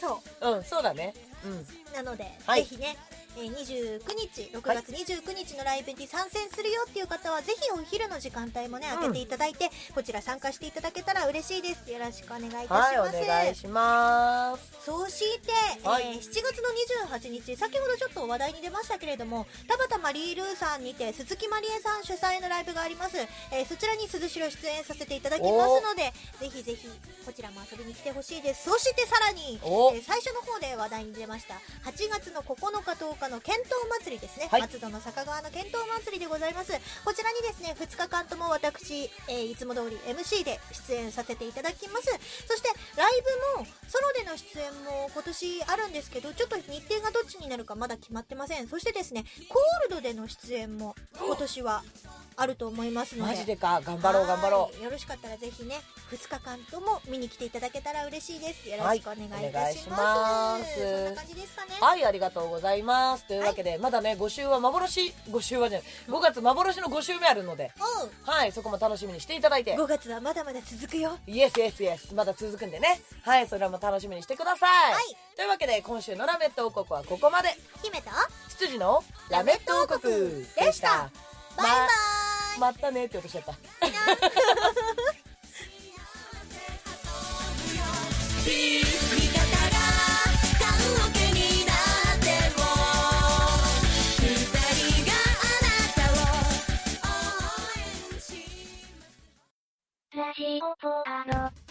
Speaker 1: そう
Speaker 2: うんそうだねうん
Speaker 1: なので、
Speaker 2: はい
Speaker 1: ぜひね、えー29日、6月29日のライブに参戦するよっていう方は、ぜひお昼の時間帯もね、
Speaker 2: うん
Speaker 1: 開けていただいて、こちら参加していただけたら嬉しいです。よろしくお願いいたします。
Speaker 2: はいお願いします
Speaker 1: そうして、
Speaker 2: はい
Speaker 1: えー7月の28日、先ほどちょっと話題に出ましたけれども、田畑マリールーさんにて、鈴木まりえさん主催のライブがあります。えーそちらに鈴代出演させていただきますので、ぜひぜひ、こちらも遊びに来てほしいです。そしてさらに、
Speaker 2: お
Speaker 1: えー最初の方で話題に出ました、8月の9日10日の剣闘祭りですね。
Speaker 2: はい
Speaker 1: 松戸の坂川の剣闘祭りでございます。こちらにですね、2日間とも私、えーいつも通り MC で出演させていただきます。そして、ライブも、ソロでの出演も今年あるんですけど、ちょっと日程がどっちになるかまだ決まってません。そしてですね、コールドでの出演も今年はあると思いますので。
Speaker 2: マジでか頑張ろう頑張ろ
Speaker 1: う。よろしかったらぜひね、2日間とも見に来ていただけたら嬉しいです。よろしくお願いいたし
Speaker 2: はいお
Speaker 1: ま。
Speaker 2: 願いします
Speaker 1: そ
Speaker 2: す
Speaker 1: んな感じですかね
Speaker 2: う。はいありがとうございますというわけで、まだね5週は幻5週はじゃない5月幻の5週目あるので
Speaker 1: おう
Speaker 2: はいそこも楽しみにしていただいて
Speaker 1: 5月はまだまだ続くよ。
Speaker 2: イエスイエスイエスまだ続くんでねはいそれも楽しみにしてください、
Speaker 1: はい
Speaker 2: というわけで今週の「ラメット王国」はここまで
Speaker 1: 姫と、
Speaker 2: 羊の「ラメット王国」でした
Speaker 1: バイバ
Speaker 2: ま
Speaker 1: イ
Speaker 2: まったねって落としちゃった
Speaker 3: 味方が棺桶になっても二人があなたを応援します